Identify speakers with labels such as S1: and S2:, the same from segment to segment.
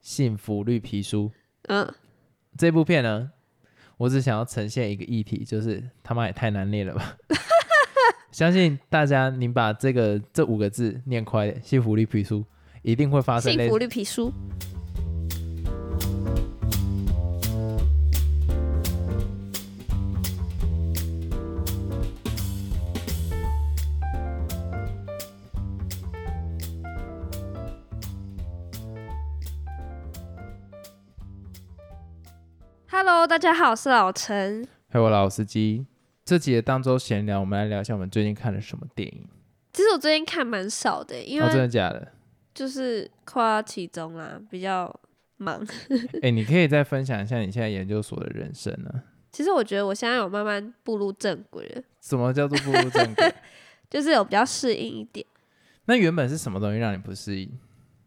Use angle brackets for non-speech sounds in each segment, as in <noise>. S1: 幸福绿皮书》
S2: 嗯，
S1: 这部片呢，我只想要呈现一个议题，就是他妈也太难念了吧！ <laughs> 相信大家，您把这个这五个字念快一点，“幸福绿皮书”一定会发生类
S2: 幸
S1: 似
S2: 福绿皮书，Hello，大家好，我是老陈。
S1: 还有我老司机。这集的当周闲聊，我们来聊一下我们最近看了什么电影。
S2: 其实我最近看蛮少的，因
S1: 哦，真
S2: 为
S1: 的假的？
S2: 就是快要期中啦，比较忙。
S1: 哎、你可以再分享一下你现在研究所的人生呢、
S2: 其实我觉得我现在有慢慢步入正轨了，
S1: 什么叫做步入正轨？ <laughs>
S2: 就是有比较适应一点。
S1: 那原本是什么东西让你不适应？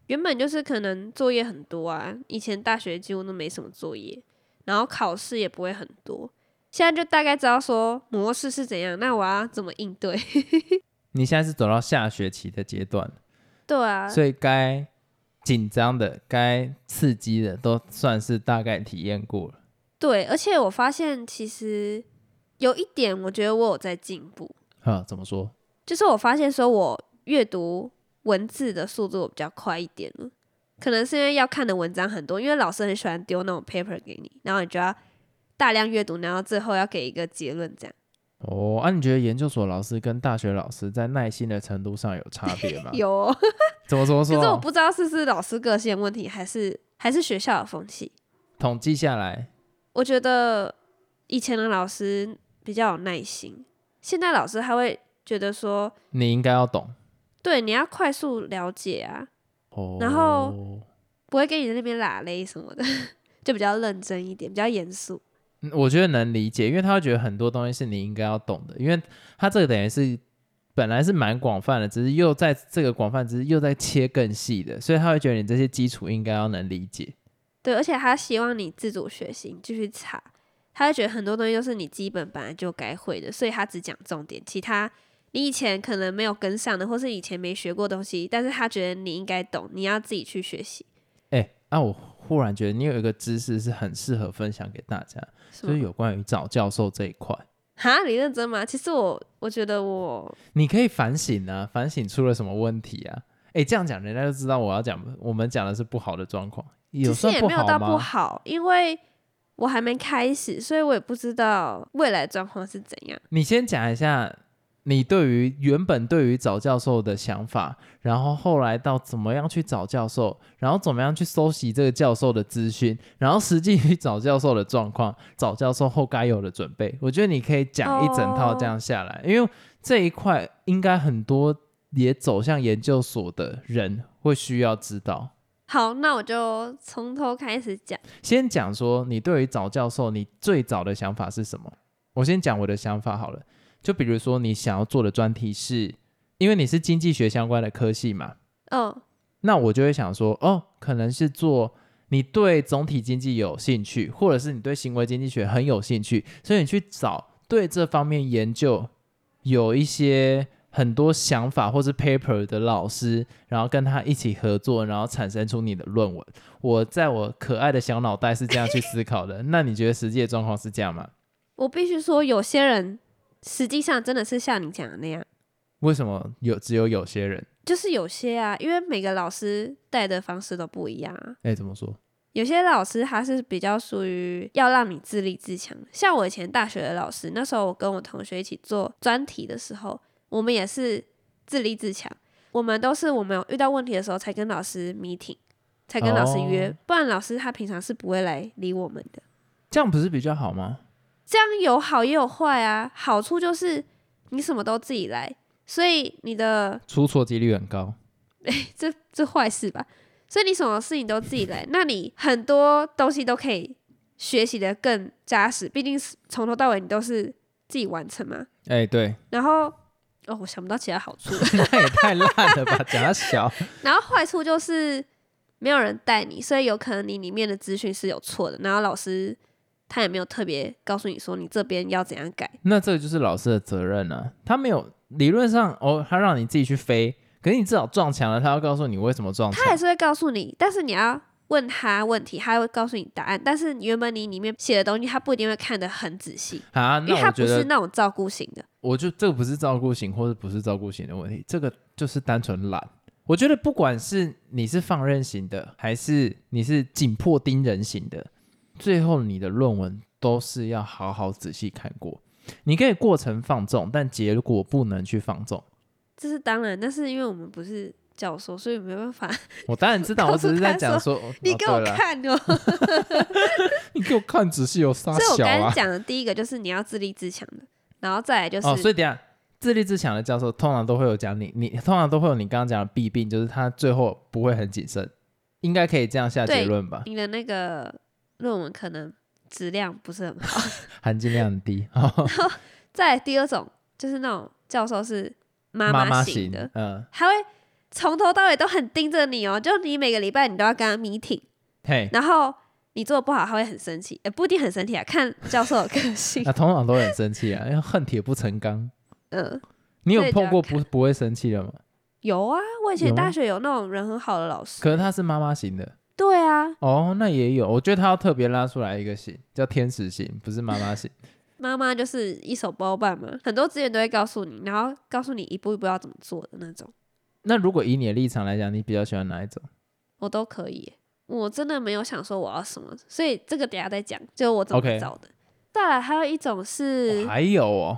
S2: 原本就是可能作业很多啊，以前大学几乎都没什么作业，然后考试也不会很多。现在就大概知道说模式是怎样，那我要怎么应对？ <laughs>
S1: 你现在是走到下学期的阶段，
S2: 对啊，
S1: 所以该紧张的、该刺激的都算是大概体验过了。
S2: 对，而且我发现其实有一点，我觉得我有在进步，
S1: 啊，怎么说？
S2: 就是我发现说我阅读文字的速度我比较快一点了，可能是因为要看的文章很多，因为老师很喜欢丢那种 paper 给你，然后你就要大量阅读，然后最后要给一个结论这样。
S1: 哦，啊，你觉得研究所老师跟大学老师在耐心的程度上有差别吗
S2: <laughs> ？有哦、
S1: 怎么怎么
S2: 可是我
S1: 说？
S2: 不知道是不是老师个性的问题，还是还是学校的风气。
S1: 统计下来，
S2: 我觉得以前的老师比较有耐心，现在老师他会觉得说，
S1: 你应该要懂。
S2: 对，你要快速了解啊，
S1: 哦，
S2: 然后不会跟你在那边拉勒什么的， <laughs> 就比较认真一点，比较严肃。
S1: 嗯我觉得能理解，因为他会觉得很多东西是你应该要懂的，因为他这个等于是本来是蛮广泛的，只是又在这个广泛，只是又在切更细的，所以他会觉得你这些基础应该要能理解。
S2: 对，而且他希望你自主学习，你继续查。他会觉得很多东西都是你基本本来就该会的，所以他只讲重点，其他你以前可能没有跟上的，或是以前没学过的东西，但是他觉得你应该懂，你要自己去学习。
S1: 哎，啊，我忽然觉得你有一个知识是很适合分享给大家，
S2: 是
S1: 就是
S2: 吗？
S1: 有关于找教授这一块，
S2: 哈，你认真吗？其实我我觉得我
S1: 你可以反省啊，反省出了什么问题啊？哎，这样讲人家就知道我要讲，我们讲的是不好的状况，有
S2: 其实
S1: 算
S2: 也
S1: 不
S2: 没有
S1: 好
S2: 到不
S1: 吗？
S2: 好，因为我还没开始，所以我也不知道未来状况是怎样。
S1: 你先讲一下你对于原本对于找教授的想法，然后后来到怎么样去找教授，然后怎么样去搜集这个教授的资讯，然后实际去找教授的状况，找教授后该有的准备。我觉得你可以讲一整套这样下来，因为这一块应该很多也走向研究所的人会需要知道。
S2: 好，那我就从头开始讲。
S1: 先讲说，你对于找教授，你最早的想法是什么？我先讲我的想法好了。就比如说，你想要做的专题是，因为你是经济学相关的科系嘛，
S2: 嗯，
S1: 那我就会想说，哦，可能是做你对总体经济有兴趣，或者是你对行为经济学很有兴趣，所以你去找对这方面研究有一些很多想法或是 paper 的老师，然后跟他一起合作，然后产生出你的论文。我在我可爱的小脑袋是这样去思考的。那你觉得实际的状况是这样吗？
S2: 我必须说，有些人实际上真的是像你讲的那样，
S1: 为什么有只有有些人？
S2: 就是有些啊，因为每个老师带的方式都不一样啊。
S1: 哎，怎么说？
S2: 有些老师他是比较属于要让你自立自强的，像我以前大学的老师，那时候我跟我同学一起做专题的时候，我们也是自立自强，我们都是我们有遇到问题的时候才跟老师 meeting，才跟老师约，
S1: 哦
S2: 不然老师他平常是不会来理我们的。
S1: 这样不是比较好吗？
S2: 这样有好也有坏啊，好处就是你什么都自己来，所以你的
S1: 出错几率很高。
S2: 这这坏事吧。所以你什么事情都自己来，那你很多东西都可以学习的更扎实，毕竟是从头到尾你都是自己完成嘛。
S1: 哎，对，
S2: 然后哦，我想不到其他好处。
S1: 那也太烂了吧，讲他小。
S2: 然后坏处就是没有人带你，所以有可能你里面的资讯是有错的，然后老师他也没有特别告诉你说你这边要怎样改。
S1: 那这个就是老师的责任了、他没有理论上哦，他让你自己去飞，可是你至少撞墙了，他要告诉你为什么撞墙
S2: 他。还是会告诉你，但是你要问他问题，他会告诉你答案，但是原本你里面写的东西，他不一定会看得很仔细，
S1: 啊，
S2: 因
S1: 那
S2: 为他
S1: 我
S2: 不
S1: 觉
S2: 是
S1: 得，
S2: 那种照顾型的。
S1: 我就这个不是照顾型或者不是照顾型的问题，这个就是单纯懒。我觉得不管是你是放任型的，还是你是紧迫盯人型的，最后你的论文都是要好好仔细看过。你可以过程放纵，但结果不能去放纵。
S2: 这是当然，但是因为我们不是教授，所以没办法。
S1: 我当然知道，
S2: 告
S1: 我只
S2: 诉
S1: 是
S2: 他
S1: 在讲说，哦
S2: <laughs> 你给我，
S1: 哦对了 <laughs>
S2: 看哦。
S1: 你给我看仔细有啥
S2: 所以我
S1: 小
S2: 刚
S1: 啊
S2: 刚？讲的第一个就是你要自立自强的，然后再来就是、
S1: 哦，所以等一下自立自强的教授通常都会有讲你，你通常都会有你刚刚讲的弊病，就是他最后不会很谨慎，应该可以这样下结
S2: 对
S1: 论吧？
S2: 你的那个论文可能质量不是很好。
S1: 含金量很低， <laughs>
S2: 再来第二种就是那种教授是妈
S1: 妈
S2: 妈型
S1: 型
S2: 的，，
S1: 嗯，
S2: 他会从头到尾都很盯着你哦，就你每个礼拜你都要跟他 meeting，
S1: 嘿，
S2: 然后你做的不好他会很生气，呃，不一定很生气啊，看教授的个性
S1: <laughs> 那、。通常都会很生气啊，因为恨铁不成钢。
S2: 嗯，
S1: 你有
S2: 所以就
S1: 碰
S2: 要
S1: 过不不会生气的吗？
S2: 有啊，我以
S1: 有
S2: 前
S1: 吗
S2: 大学有那种人很好的老师。
S1: 可是他是妈妈型的
S2: 对啊，
S1: 哦，那也有，我觉得他要特别拉出来一个型，叫天使型，不是妈妈型。
S2: 妈妈就是一手包办嘛，很多资源都会告诉你，然后告诉你一步一步要怎么做的那种，
S1: 那如果以你的立场来讲，你比较喜欢哪一种？
S2: 我都可以耶。我真的没有想说我要什么，所以这个等一下再讲，就我怎么
S1: OK
S2: 找的。再来还有一种
S1: 哦
S2: 是
S1: 还有哦，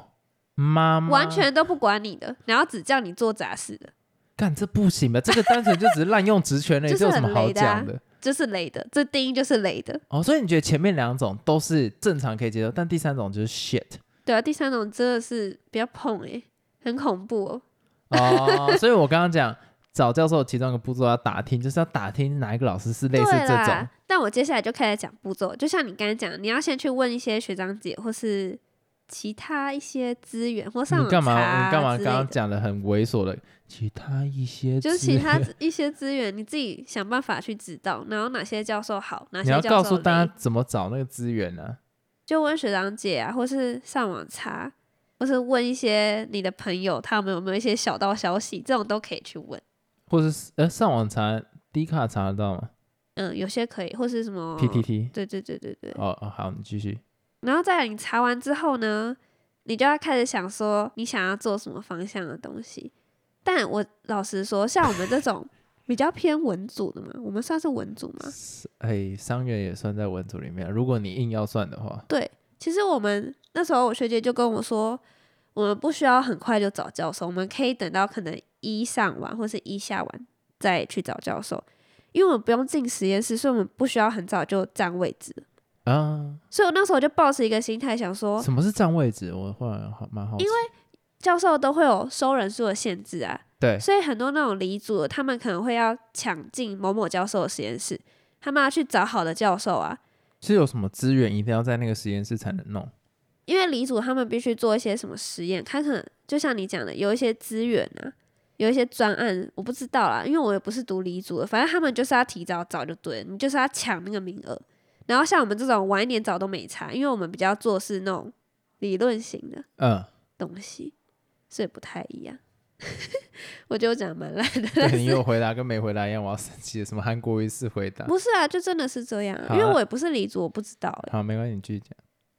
S1: 妈妈
S2: 完全都不管你的，然后只叫你做杂事的，
S1: 干这不行吧？这个单纯就只是滥用职权了，
S2: <laughs> 就是
S1: 这有什么
S2: 很
S1: 好
S2: 雷的啊
S1: 讲的？
S2: 就是雷的，这定义就是雷的。
S1: 哦，所以你觉得前面两种都是正常可以接受，但第三种就是 shit
S2: 对啊，第三种真的是不要碰诶、很恐怖哦。 <laughs>
S1: 哦。所以我刚刚讲找教授其中一个步骤要打听，就是要打听哪一个老师是类似
S2: 对
S1: 这种
S2: 啦，但我接下来就开始讲步骤，就像你刚才讲，你要先去问一些学长姐或是其他一些资源，或上
S1: 你
S2: 网
S1: 干
S2: 查
S1: 嘛？
S2: 啊
S1: 你干嘛？
S2: 之类
S1: 刚刚
S2: 的
S1: 讲的很猥琐的，其他一些
S2: 就是
S1: 资
S2: 其他
S1: 源
S2: 一些资源，你自己想办法去知道，然后哪些教授
S1: <laughs>
S2: 好，哪
S1: 你
S2: 些
S1: 要
S2: 教授
S1: 告诉大
S2: 雷
S1: 家怎么找那个资源啊呢、
S2: 就问学长姐啊，或是上网查，或是问一些你的朋友，他们有没有一些小道消息，这种都可以去问。
S1: 或者是呃上网查低卡查得到吗
S2: 嗯，有些可以，或是什么
S1: ？PTT
S2: 对对对对对。
S1: 哦哦，好，你继续。
S2: 然后再来你查完之后呢，你就要开始想说你想要做什么方向的东西。但我老实说，像我们这种比较偏文组的嘛，我们算是文组嘛？
S1: 哎，商人也算在文组里面，如果你硬要算的话。
S2: 对，其实我们那时候我学姐就跟我说，我们不需要很快就找教授，我们可以等到可能一上完或是一下完再去找教授，因为我们不用进实验室，所以我们不需要很早就占位置。
S1: 啊，
S2: 所以我那时候就抱持一个心态，想说
S1: 什么是占位置？我忽然好蛮好奇。因为
S2: 教授都会有收人数的限制啊，
S1: 对
S2: 所以很多那种离组的，他们可能会要抢进某某教授的实验室，他们要去找好的教授啊，
S1: 是有什么资源一定要在那个实验室才能弄？
S2: 因为离组他们必须做一些什么实验，他可能就像你讲的，有一些资源啊，有一些专案，我不知道啦，因为我也不是读离组的，反正他们就是要提早找就对了，你就是要抢那个名额。然后像我们这种晚一点找都没差，因为我们比较做是那种理论型的 <laughs>
S1: 嗯，
S2: 东西，所以不太一样。 <laughs> 我觉得我讲得蛮烂的，但
S1: 对你有回答跟没回答一样，我要生气了。什么韩国语式回答？
S2: 不是啊，就真的是这样啊，
S1: 好啊
S2: 因为我也不是黎族，我不知道欸、
S1: 好，没关系，你继续讲。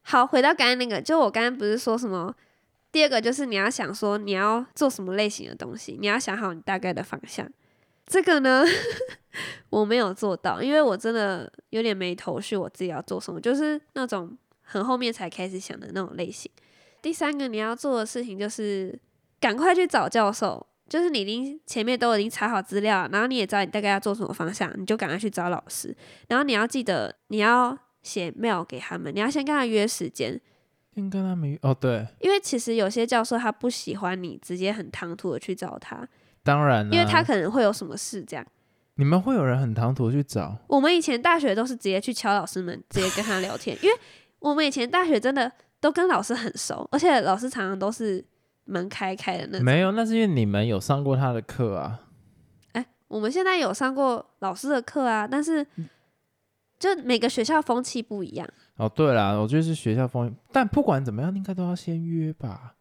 S2: 好，回到刚刚那个，就我刚刚不是说什么？第二个就是你要想说你要做什么类型的东西，你要想好你大概的方向。这个呢， <laughs> 我没有做到，因为我真的有点没头绪，我自己要做什么，就是那种很后面才开始想的那种类型。第三个你要做的事情就是赶快去找教授，就是你已经前面都已经查好资料，然后你也知道你大概要做什么方向，你就赶快去找老师。然后你要记得你要写 mail 给他们，你要先跟他约时间，
S1: 先跟他们约哦，对，
S2: 因为其实有些教授他不喜欢你直接很唐突的去找他，
S1: 当然啦，
S2: 因为他可能会有什么事这样。
S1: 你们会有人很唐突去找，
S2: 我们以前大学都是直接去敲老师门，直接跟他聊天，因为我们以前大学真的都跟老师很熟，而且老师常常都是门开开的那种。
S1: 没有，那是因为你们有上过他的课啊。
S2: 哎，我们现在有上过老师的课啊，但是就每个学校风气不一样。
S1: 哦，对啦，我觉得是学校风，但不管怎么样，应该都要先约吧。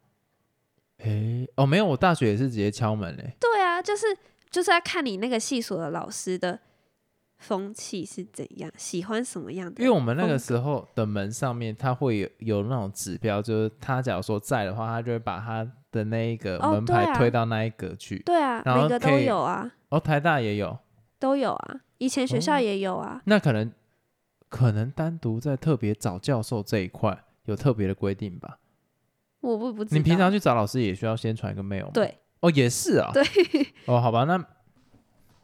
S1: 诶，哦，没有，我大学也是直接敲门嘞。
S2: 对啊，就是就是要看你那个系所的老师的风气是怎样，喜欢什么样的
S1: 因为我们那个
S2: 风
S1: 时候的门上面，它会有有那种指标，就是他假如说在的话，他就会把他的那一个
S2: 哦
S1: 门
S2: 对
S1: 牌
S2: 啊
S1: 推到那一格去。
S2: 对啊，
S1: 然后
S2: 每个
S1: 可
S2: 都
S1: 以
S2: 有啊，
S1: 哦，台大也有，
S2: 都有啊，以前学校
S1: 哦
S2: 也有啊，
S1: 那可能可能单独在特别找教授这一块有特别的规定吧。
S2: 我不不知道。
S1: 你平常去找老师也需要先传一个 mail 吗？
S2: 对，
S1: 哦，也是啊、
S2: <laughs> 对，
S1: 哦，好吧，那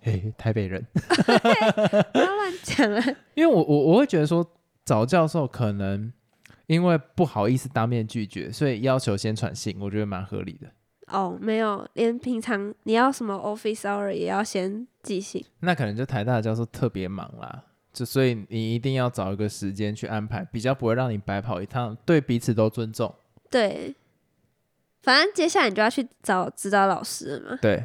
S1: 嘿，台北人， <laughs>
S2: 不要乱讲啊，
S1: 因为我我我会觉得说找教授可能因为不好意思当面拒绝，所以要求先传信，我觉得蛮合理的。
S2: 哦，没有，连平常你要什么 office hour 也要先寄信。
S1: 那可能就台大的教授特别忙啦，就所以你一定要找一个时间去安排，比较不会让你白跑一趟，对彼此都尊重。
S2: 对，反正接下来你就要去找指导老师了嘛，
S1: 对，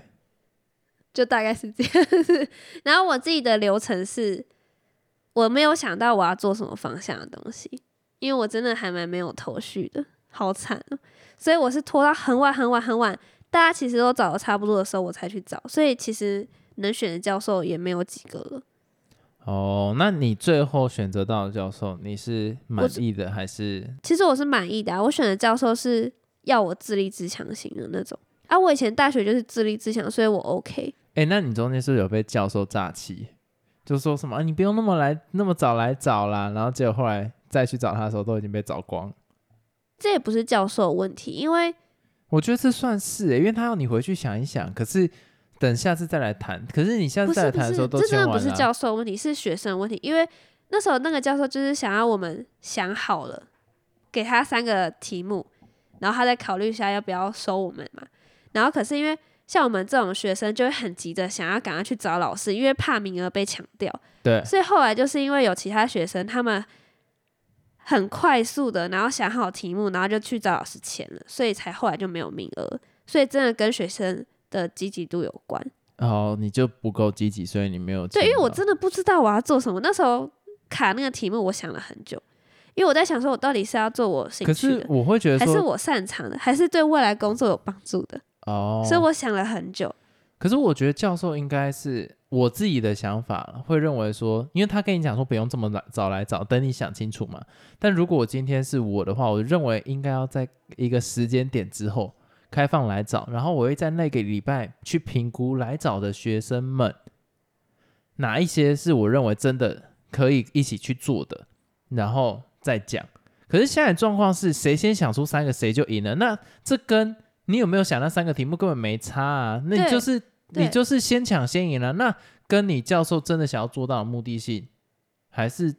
S2: 就大概是这样子。然后我自己的流程是，我没有想到我要做什么方向的东西，因为我真的还蛮没有头绪的，好惨哦、所以我是拖到很晚很晚很晚，大家其实都找的差不多的时候，我才去找。所以其实能选的教授也没有几个了。
S1: 哦，那你最后选择到的教授，你是满
S2: 我是
S1: 意的还是？
S2: 其实我是满意的、啊，我选的教授是要我自立自强型的那种。啊，我以前大学就是自立自强，所以我 OK。
S1: 哎、那你中间是不是有被教授诈欺？就说什么、啊、你不用那么来那么早来找啦，然后结果后来再去找他的时候都已经被找光。
S2: 这也不是教授的问题，因为
S1: 我觉得这算是、欸，因为他要你回去想一想，可是等下次再来谈。可是你下
S2: 不
S1: 次再
S2: 是
S1: 来
S2: 不
S1: 谈的
S2: 是
S1: 时候，都
S2: 这
S1: 签完
S2: 真的
S1: 了啊、
S2: 不是教授的问题，是学生的问题。因为那时候那个教授就是想要我们想好了，给他三个题目，然后他再考虑一下要不要收我们嘛。然后可是因为像我们这种学生就会很急着想要赶快去找老师，因为怕名额被抢掉。
S1: 对，
S2: 所以后来就是因为有其他学生，他们很快速的，然后想好题目，然后就去找老师签了，所以才后来就没有名额。所以真的跟学生的积极度有关。
S1: 然后你就不够积极，所以你没有签
S2: 对，因为我
S1: 到
S2: 真的不知道我要做什么。那时候卡那个题目，我想了很久，因为我在想说，我到底是要做我兴
S1: 可
S2: 趣
S1: 是
S2: 的，
S1: 我会觉得
S2: 还是
S1: 说
S2: 我擅长的，还是对未来工作有帮助的？
S1: 哦，
S2: 所以我想了很久。
S1: 可是我觉得教授应该是我自己的想法，会认为说，因为他跟你讲说不用这么来早来找，等你想清楚嘛。但如果我今天是我的话，我认为应该要在一个时间点之后开放来找，然后我会在那个礼拜去评估来找的学生们哪一些是我认为真的可以一起去做的，然后再讲。可是现在的状况是谁先想出三个谁就赢了，那这跟你有没有想那三个题目根本没差啊，那你
S2: 对
S1: 就是你
S2: 对
S1: 就是先抢先赢了、啊那跟你教授真的想要做到的目的性，还是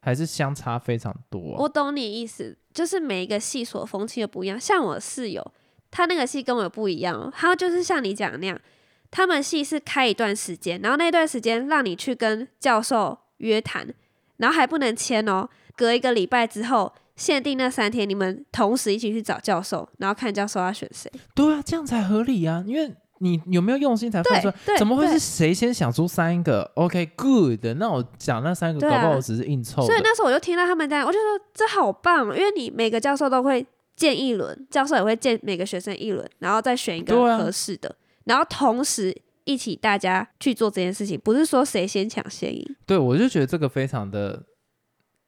S1: 还是相差非常多啊、
S2: 我懂你意思，就是每一个系所风气都不一样。像我室友，他那个系跟我不一样哦，他就是像你讲的那样，他们系是开一段时间，然后那段时间让你去跟教授约谈，然后还不能签哦，隔一个礼拜之后。限定那三天，你们同时一起去找教授，然后看教授要选谁。
S1: 对啊，这样才合理啊，因为你有没有用心才
S2: 对
S1: 分出来。
S2: 对，
S1: 怎么会
S2: 对
S1: 是谁先想出三个？OK，good、那我讲那三个，
S2: 对啊
S1: 搞不好我只是硬凑的
S2: 所以。那时候我就听到他们在，我就说这好棒，哦因为你每个教授都会见一轮，教授也会见每个学生一轮，然后再选一个
S1: 对啊
S2: 合适的，然后同时一起大家去做这件事情，不是说谁先抢先赢。
S1: 对我就觉得这个非常的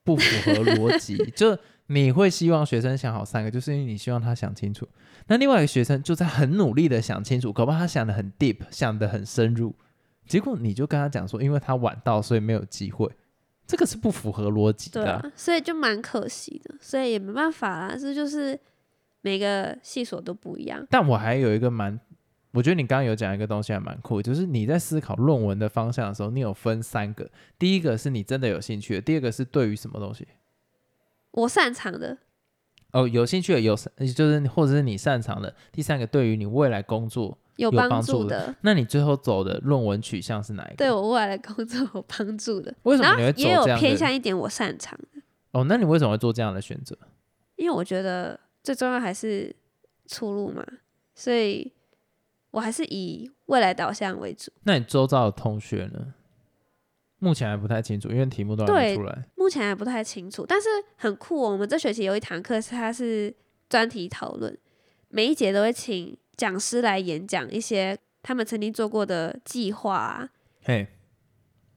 S1: 不符合逻辑。就你会希望学生想好三个，就是因为你希望他想清楚。那另外一个学生就在很努力的想清楚，搞不好他想的很 deep，想的很深入，结果你就跟他讲说，因为他晚到，所以没有机会。这个是不符合逻辑
S2: 对
S1: 的啊、
S2: 啊，所以就蛮可惜的，所以也没办法啦，这就是每个系所都不一样。
S1: 但我还有一个蛮，我觉得你刚刚有讲一个东西还蛮酷，就是你在思考论文的方向的时候，你有分三个，第一个是你真的有兴趣的，第二个是对于什么东西
S2: 我擅长的，
S1: 哦有兴趣的，有就是或者是你擅长的，第三个对于你未来工作，
S2: 有
S1: 帮
S2: 帮
S1: 助
S2: 助的，
S1: 那你最后走的论文取向是哪一个？
S2: 对我未来的工作 <laughs> 有帮助的，
S1: 为什
S2: 然
S1: 么
S2: 后
S1: 你会走
S2: 也有
S1: 这样
S2: 偏
S1: 的？
S2: 向一点我擅长的，
S1: 哦，那你为什么会做这样的选择？
S2: 因为我觉得最重要还是出路嘛，所以我还是以未来导向为主。
S1: 那你周遭的同学呢？目前还不太清楚，因为题目都还没
S2: 对
S1: 出来。
S2: 目前还不太清楚，但是很酷、哦。我们这学期有一堂课是它是专题讨论，每一节都会请讲师来演讲一些他们曾经做过的计划、啊，
S1: 嘿，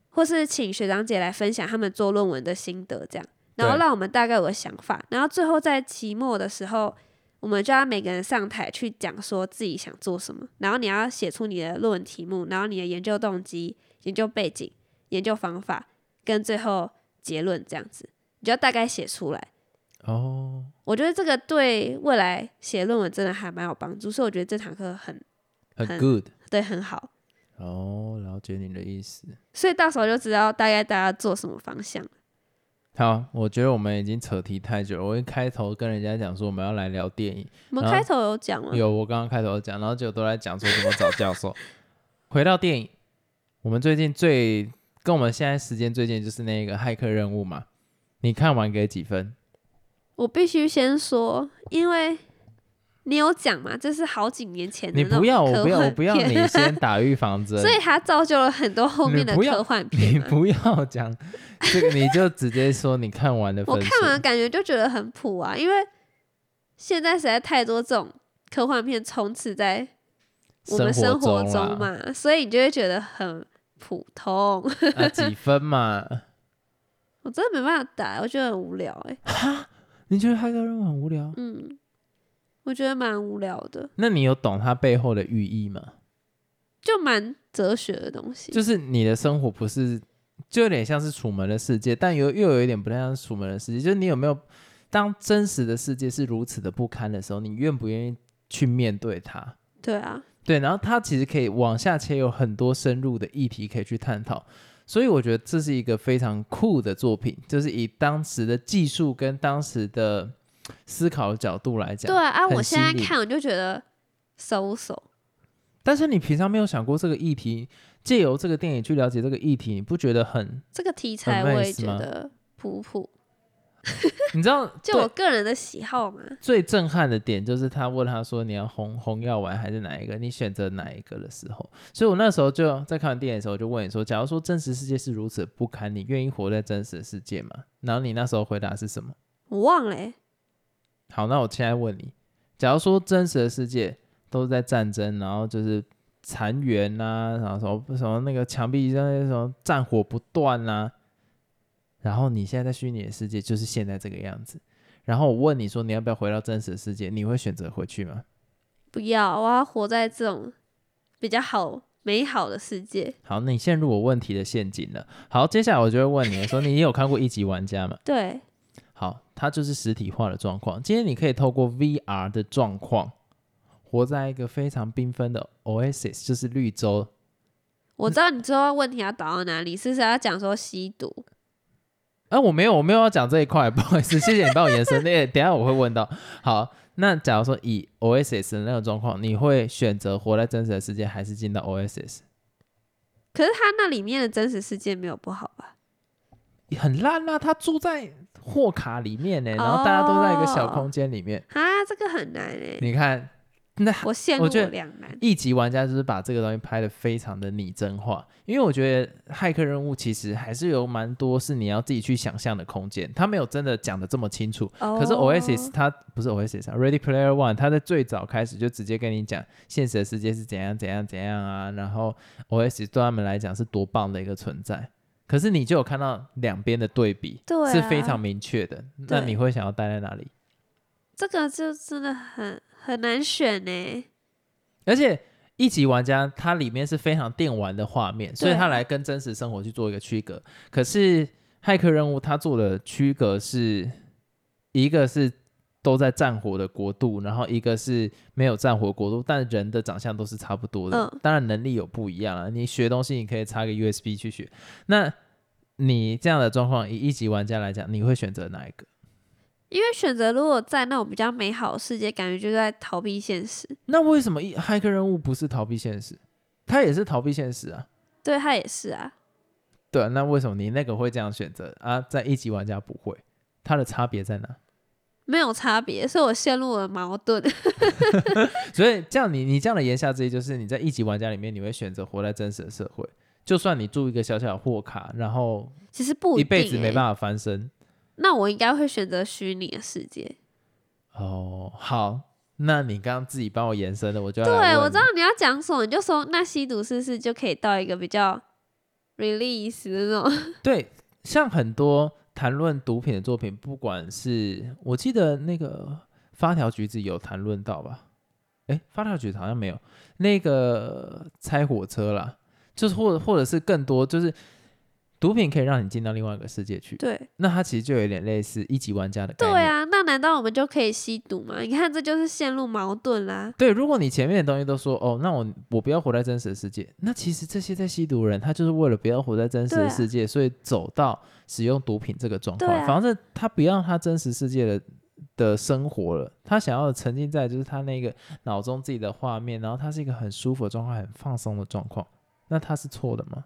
S2: 或是请学长姐来分享他们做论文的心得，这样，然后
S1: 对
S2: 让我们大概有个想法，然后最后在期末的时候，我们就要每个人上台去讲说自己想做什么，然后你要写出你的论文题目，然后你的研究动机、研究背景、研究方法跟最后结论这样子，你就要大概写出来。
S1: 哦，
S2: 我觉得这个对未来写论文真的还蛮有帮助，所以我觉得这堂课很
S1: 很
S2: 很
S1: good。
S2: 对很好，
S1: 哦，了解你的意思。
S2: 所以到时候就知道大概大家做什么方向了。
S1: 好，我觉得我们已经扯题太久了。我一开头跟人家讲说我们要来聊电影，
S2: 我们
S1: 啊
S2: 开头有讲吗？
S1: 有我刚刚开头讲，然后就都在讲说怎么找教授。回到电影，我们最近最跟我们现在时间最近就是那个骇客任务嘛。你看完给几分？
S2: 我必须先说，因为你有讲嘛，这是好几年前的
S1: 你
S2: 那种
S1: 不要，我
S2: 科
S1: 不要，我
S2: 幻
S1: 不要
S2: <laughs> 片，
S1: 你先打预防针
S2: 所。以它造就了很多后面的
S1: 你不要
S2: 科幻
S1: 你
S2: 片嘛。
S1: 不要讲这个，你就直接说你看完的
S2: 我
S1: 分数
S2: 看。完感觉就觉得很普啊，因为现在实在太多这种科幻片充斥在我们生活
S1: 中
S2: 中
S1: 啦，
S2: 嘛，所以你就会觉得很普通。 <laughs>
S1: 啊几分嘛？ <laughs>
S2: 我真的没办法打，我觉得很无聊哎、
S1: 你觉得骇客任务很无聊？
S2: 嗯，我觉得蛮无聊的，
S1: 那你有懂它背后的寓意吗？
S2: 就蛮哲学的东西。
S1: 就是你的生活不是，就有点像是楚门的世界，但又又有一点不太像是楚门的世界。就是你有没有，当真实的世界是如此的不堪的时候，你愿不愿意去面对它？
S2: 对啊，
S1: 对，然后它其实可以往下切，有很多深入的议题可以去探讨。所以我觉得这是一个非常酷的作品，就是以当时的技术跟当时的嗯思考的角度来讲。
S2: 对啊，啊
S1: 很
S2: 我现在
S1: 犀利
S2: 看我就觉得收手。
S1: 但是你平常没有想过这个议题，借由这个电影去了解这个议题，你不觉得很？
S2: 这个题材
S1: 很
S2: 我也
S1: nice
S2: 觉
S1: 吗
S2: 得普普，
S1: 你知道，
S2: 就
S1: 对
S2: 我个人的喜好嘛。
S1: 最震撼的点就是他问他说你要红红药丸还是哪一个？你选择哪一个的时候，所以我那时候就在看完电影的时候我就问你说，假如说真实世界是如此不堪，你愿意活在真实的世界吗？然后你那时候回答是什么？
S2: 我忘了、欸，
S1: 好，那我现在问你，假如说真实的世界都是在战争，然后就是残垣啊，然后什么什么那个墙壁上那些什么战火不断啊，然后你现在在虚拟的世界就是现在这个样子，然后我问你说你要不要回到真实的世界，你会选择回去吗？
S2: 不要，我要活在这种比较好、美好的世界。
S1: 好，那你陷入我问题的陷阱了。好，接下来我就会问你说，你有看过一级玩家吗？
S2: 对，
S1: 好，它就是实体化的状况。今天你可以透过 VR 的状况，活在一个非常缤纷的 Oasis，就是绿洲。
S2: 我知道你最后问题要导到哪里，是不是要讲说吸毒？
S1: 啊，我没有，我没有要讲这一块，不好意思，谢谢你帮我延伸。那个等一下我会问到。好，那假如说以 Oasis 的那个状况，你会选择活在真实的世界，还是进到 Oasis？
S2: 可是他那里面的真实世界没有不好吧？
S1: 很烂啊，他住在货卡里面呢，然后大家都在一个小空间里面。
S2: 啊，这个很难哎、
S1: 你看，那
S2: 我陷入
S1: 我觉
S2: 了
S1: 得
S2: 两难。
S1: 一级玩家就是把这个东西拍的非常的拟真化，因为我觉得骇客任务其实还是有蛮多是你要自己去想象的空间，它没有真的讲的这么清楚。可是 Oasis
S2: 哦
S1: 它不是 Oasis 啊，Ready Player One 它在最早开始就直接跟你讲现实的世界是怎样怎样怎样啊，然后 Oasis 对他们来讲是多棒的一个存在。可是你就有看到两边的对比，
S2: 对啊
S1: 是非常明确的。那
S2: 对
S1: 你会想要待在哪里？
S2: 这个就真的很很难选欸呢、
S1: 而且一级玩家它里面是非常电玩的画面，所以它来跟真实生活去做一个区隔。可是骇客任务它做的区隔是一个是都在战火的国度，然后一个是没有战火国度，但人的长相都是差不多的。
S2: 嗯
S1: 当然能力有不一样啊，你学东西你可以插个 USB 去学。那你这样的状况，以一级玩家来讲，你会选择哪一个？
S2: 因为选择如果在那种比较美好的世界，感觉就在逃避现实。
S1: 那为什么一骇客任务不是逃避现实？它也是逃避现实啊。
S2: 对他也是啊，
S1: 对啊，那为什么你那个会这样选择啊？在一级玩家不会，它的差别在哪？
S2: 没有差别，所以我陷入了矛盾。 <laughs>
S1: 所以这样你你这样的言下之意就是你在一级玩家里面，你会选择活在真实的社会，就算你住一个小小的货卡，然后
S2: 其实不
S1: 一
S2: 一定、欸、
S1: 辈子没办法翻身。
S2: 那我应该会选择虚拟的世界。
S1: 哦，好，那你刚刚自己帮我延啊伸的，我就要来
S2: 对，
S1: 问
S2: 我
S1: 你
S2: 知道你要讲什么，你就说那吸毒是不是就可以到一个比较 release 的那种， <laughs>
S1: 对，像很多谈论毒品的作品，不管是我记得那个发条橘子有谈论到吧？诶，发条橘子好像没有。那个拆火车啦，就是或或者是更多，就是毒品可以让你进到另外一个世界去。
S2: 对
S1: 那它其实就有点类似一级玩家的概
S2: 对
S1: 念。
S2: 啊，那难道我们就可以吸毒吗？你看，这就是陷入矛盾啦。
S1: 对，如果你前面的东西都说哦，那我我不要活在真实的世界，那其实这些在吸毒的人，他就是为了不要活在真实
S2: 对
S1: 的
S2: 啊
S1: 世界，所以走到使用毒品这个状
S2: 对
S1: 况。
S2: 啊
S1: 反正他不要他真实世界的的生活了，他想要沉浸在就是他那个脑中自己的画面，然后他是一个很舒服的状况，很放松的状况。那他是错的吗？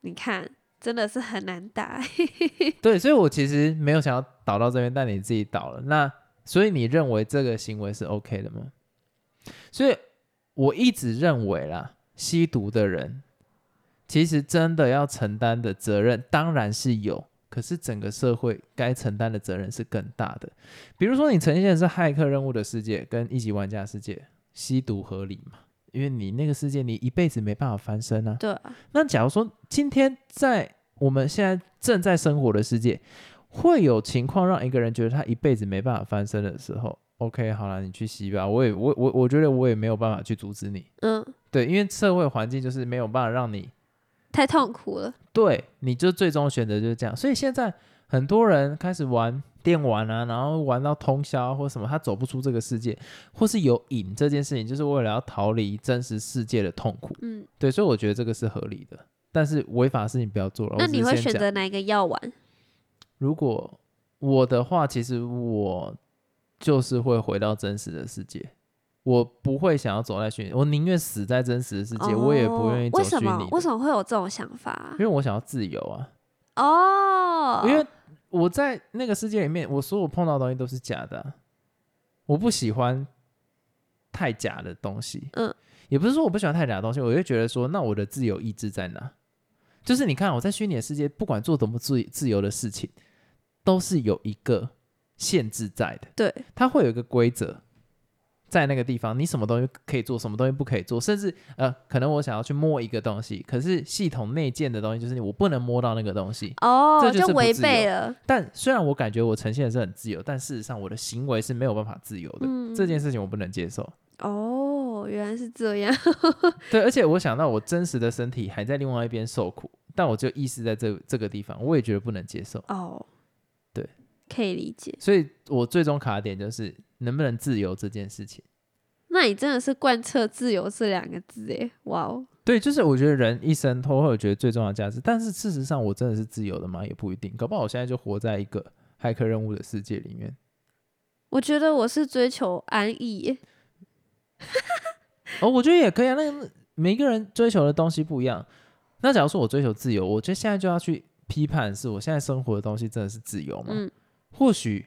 S2: 你看，真的是很难打。欸
S1: 对，所以我其实没有想要导到这边，但你自己导了。那所以你认为这个行为是 OK 的吗？所以我一直认为啦，吸毒的人其实真的要承担的责任当然是有，可是整个社会该承担的责任是更大的。比如说你呈现的是骇客任务的世界跟一级玩家世界，吸毒合理吗？因为你那个世界你一辈子没办法翻身啊。
S2: <laughs> 对啊，
S1: 那假如说今天在我们现在正在生活的世界，会有情况让一个人觉得他一辈子没办法翻身的时候，OK，好了，你去吸吧，我也我我我觉得我也没有办法去阻止你，
S2: 嗯，
S1: 对，因为社会环境就是没有办法让你
S2: 太痛苦了。
S1: 对，你就最终选择就是这样。所以现在很多人开始玩电玩啊，然后玩到通宵啊或什么，他走不出这个世界，或是有瘾这件事情，就是为了要逃离真实世界的痛苦。
S2: 嗯，
S1: 对，所以我觉得这个是合理的，但是违法的事情不要做了。
S2: 那
S1: 我只
S2: 你
S1: 是
S2: 会
S1: 先
S2: 选
S1: 讲？
S2: 择哪一个药丸？
S1: 如果我的话，其实我就是会回到真实的世界，我不会想要走在虚拟，我宁愿死在真实的世界，我也不愿意
S2: 哦
S1: 走
S2: 为
S1: 虚
S2: 什
S1: 拟
S2: 么？为
S1: 的，
S2: 什么会有这种想法啊
S1: 因？为我想要自由啊。
S2: 哦，
S1: 因为我在那个世界里面，我所有碰到的东西都是假的啊，我不喜欢太假的东西。
S2: 嗯，
S1: 也不是说我不喜欢太假的东西，我就觉得说，那我的自由意志在哪？就是你看，我在虚拟的世界，不管做多么自自由的事情，都是有一个限制在的。
S2: 对，
S1: 它会有一个规则，在那个地方，你什么东西可以做，什么东西不可以做，甚至呃，可能我想要去摸一个东西，可是系统内建的东西就是我不能摸到那个东西，这
S2: 哦，
S1: 就是
S2: 就
S1: 不
S2: 违
S1: 自
S2: 背
S1: 由
S2: 了。
S1: 但虽然我感觉我呈现的是很自由，但事实上我的行为是没有办法自由的。
S2: 嗯
S1: 这件事情我不能接受。
S2: 哦，原来是这样。
S1: 对，而且我想到我真实的身体还在另外一边受苦，但我就意识在这这个地方，我也觉得不能接受。
S2: 哦，
S1: 对，
S2: 可以理解。
S1: 所以我最终卡点就是能不能自由这件事情。
S2: 那你真的是贯彻“自由”这两个字诶，哇哦，
S1: 对，就是我觉得人一生都会有觉得最重要的价值，但是事实上我真的是自由的吗？也不一定，搞不好我现在就活在一个骇客任务的世界里面。
S2: 我觉得我是追求安逸耶，
S1: 哦，我觉得也可以啊。那个每一个人追求的东西不一样。那假如说我追求自由，我觉得现在就要去批判，是我现在生活的东西真的是自由吗？
S2: 嗯，
S1: 或许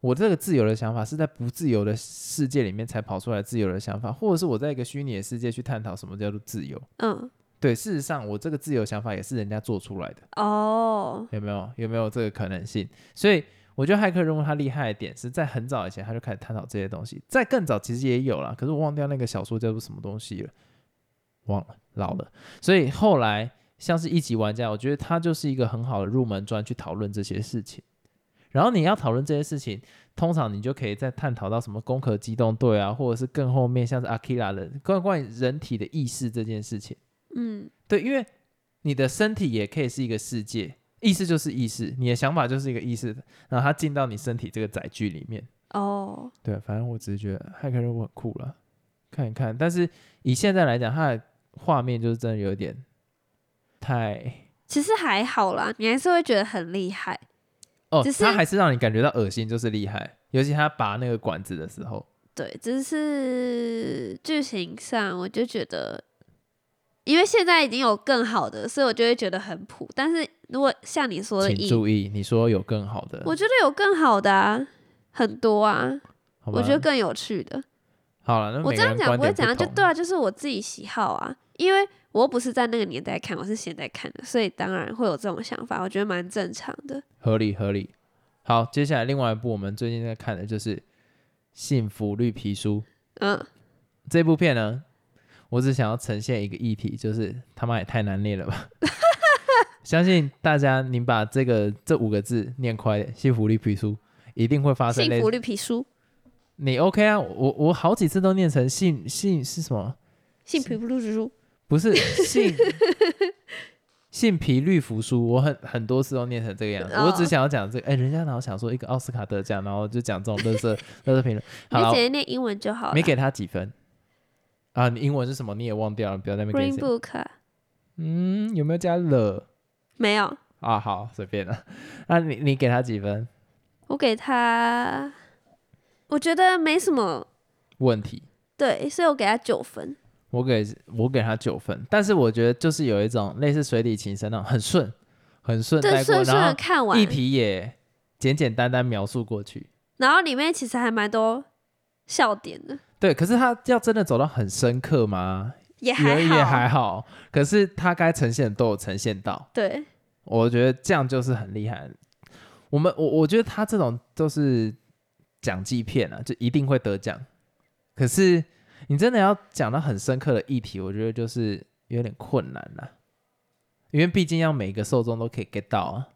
S1: 我这个自由的想法是在不自由的世界里面才跑出来自由的想法，或者是我在一个虚拟的世界去探讨什么叫做自由。
S2: 嗯，
S1: 对，事实上我这个自由想法也是人家做出来的，
S2: 哦，
S1: 有没有？有没有这个可能性？所以。我觉得骇客任务它厉害的点是在很早以前他就开始探讨这些东西，在更早其实也有啦，可是我忘掉那个小说叫做什么东西了，忘了老了。所以后来像是一级玩家，我觉得它就是一个很好的入门砖去讨论这些事情。然后你要讨论这些事情，通常你就可以再探讨到什么攻壳机动队啊，或者是更后面像是阿 k i r a 的关关于人体的意识这件事情。
S2: 嗯，
S1: 对，因为你的身体也可以是一个世界，意识就是意识，你的想法就是一个意识，然后它进到你身体这个载具里面。
S2: 哦，
S1: 对啊，反正我只是觉得骇客任务很酷了，看一看。但是以现在来讲，它的画面就是真的有点太
S2: 其实还好啦，你还是会觉得很厉害。
S1: 哦
S2: 只，是
S1: 它还是让你感觉到恶心，就是厉害。尤其他拔那个管子的时候，
S2: 对，只是剧情上我就觉得，因为现在已经有更好的，所以我就会觉得很普。但是如果像你说的
S1: 请
S2: 意，
S1: 注意，你说有更好的，
S2: 我觉得有更好的啊，很多啊，
S1: 好吧
S2: 我觉得更有趣的。
S1: 好了。那
S2: 我
S1: 每
S2: 这
S1: 个
S2: 样
S1: 人
S2: 讲
S1: 观
S2: 不会
S1: 点
S2: 怎样，就
S1: 同
S2: 对啊，就是我自己喜好啊，因为我又不是在那个年代看，我是现在看的，所以当然会有这种想法，我觉得蛮正常的。
S1: 合理合理。好，接下来另外一部我们最近在看的就是《幸福绿皮书》
S2: 嗯，
S1: 这部片呢，我只想要呈现一个议题，就是他妈也太难念了吧。 <laughs> 相信大家，您把这个这五个字念快一点，幸福绿皮书一定会发生类
S2: 幸福绿皮书，
S1: 你 OK 啊？我我好几次都念成幸幸是什么？
S2: 幸福绿皮书，
S1: 不是 <laughs> 幸幸皮绿服输，我很很多次都念成这个样子。我只
S2: 哦
S1: 想要讲这个，哎、人家哪有想说一个奥斯卡得奖，然后就讲这种乐色乐色评论？
S2: 你
S1: 好
S2: 就
S1: 了
S2: 直，接念英文就好了
S1: 没。给他几分啊？你英文是什么？你也忘掉了，不要在那边
S2: Green
S1: 给谁。
S2: Book 啊
S1: 嗯，有没有加了
S2: 没有，
S1: 啊？好，随便了。那你你给他几分？
S2: 我给他，我觉得没什么，
S1: 问题，
S2: 对，所以我给他九分。
S1: 我给我给他九分，但是我觉得就是有一种类似水底情深那种，很顺，很顺
S2: 对，
S1: 带过，
S2: 顺顺的
S1: 然
S2: 看
S1: 后
S2: 完
S1: 一，皮也简简单单描述过去。
S2: 然后里面其实还蛮多笑点的，
S1: 对，可是他要真的走到很深刻吗？
S2: 也
S1: 也
S2: 还好，
S1: 也还好，可是他该呈现的都有呈现到，
S2: 对，
S1: 我觉得这样就是很厉害。我们我我觉得他这种都是奖季片啊，就一定会得奖。可是你真的要讲到很深刻的议题，我觉得就是有点困难啦、因为毕竟要每个受众都可以 get 到啊。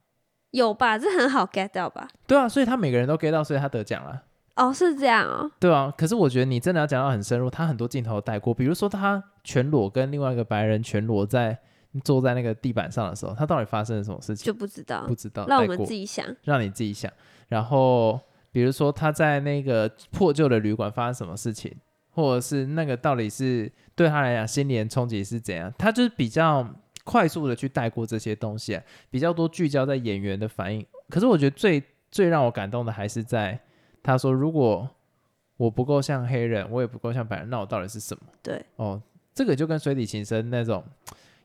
S2: 有吧？这很好 get 到吧？
S1: 对啊，所以他每个人都 get 到，所以他得奖了。
S2: 哦，是这样哦，
S1: 对啊，可是我觉得你真的要讲到很深入，他很多镜头带过，比如说他全裸跟另外一个白人全裸在坐在那个地板上的时候，他到底发生了什么事情？
S2: 就不知道
S1: 不，知道，
S2: 让我
S1: 带
S2: 们
S1: 过
S2: 自己想。
S1: 让你自己想。然后比如说他在那个破旧的旅馆发生什么事情，或者是那个到底是对他来讲心理的冲击是怎样，他就是比较快速的去带过这些东西、啊，比较多聚焦在演员的反应。可是我觉得最最让我感动的还是在他说，如果我不够像黑人，我也不够像白人，那我到底是什么？
S2: 对，
S1: 哦，这个就跟水底情深那种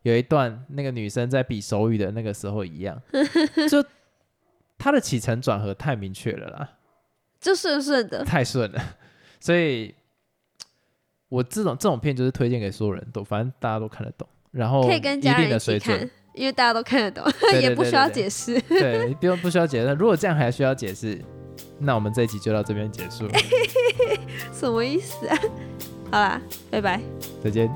S1: 有一段那个女生在比手语的那个时候一
S2: <laughs>
S1: 样，就她的起承转合太明确了啦，
S2: <laughs> 就顺顺的，
S1: 太顺了， <laughs> 所以我这种这种片就是推荐给所有人都，反正大家都看得懂，然后
S2: 可以跟
S1: 哦一
S2: 家
S1: 定
S2: 人一
S1: 的水
S2: 起
S1: 准
S2: 看，，因为大家都看得懂，
S1: 对
S2: <laughs> 也不需要。
S1: 对对对对
S2: 解释。 <laughs>
S1: 对，不用不需要解释。如果这样还需要解释，那我们这一集就到这边结束，
S2: <laughs> 什么意思啊？好啦，拜拜。
S1: 再见。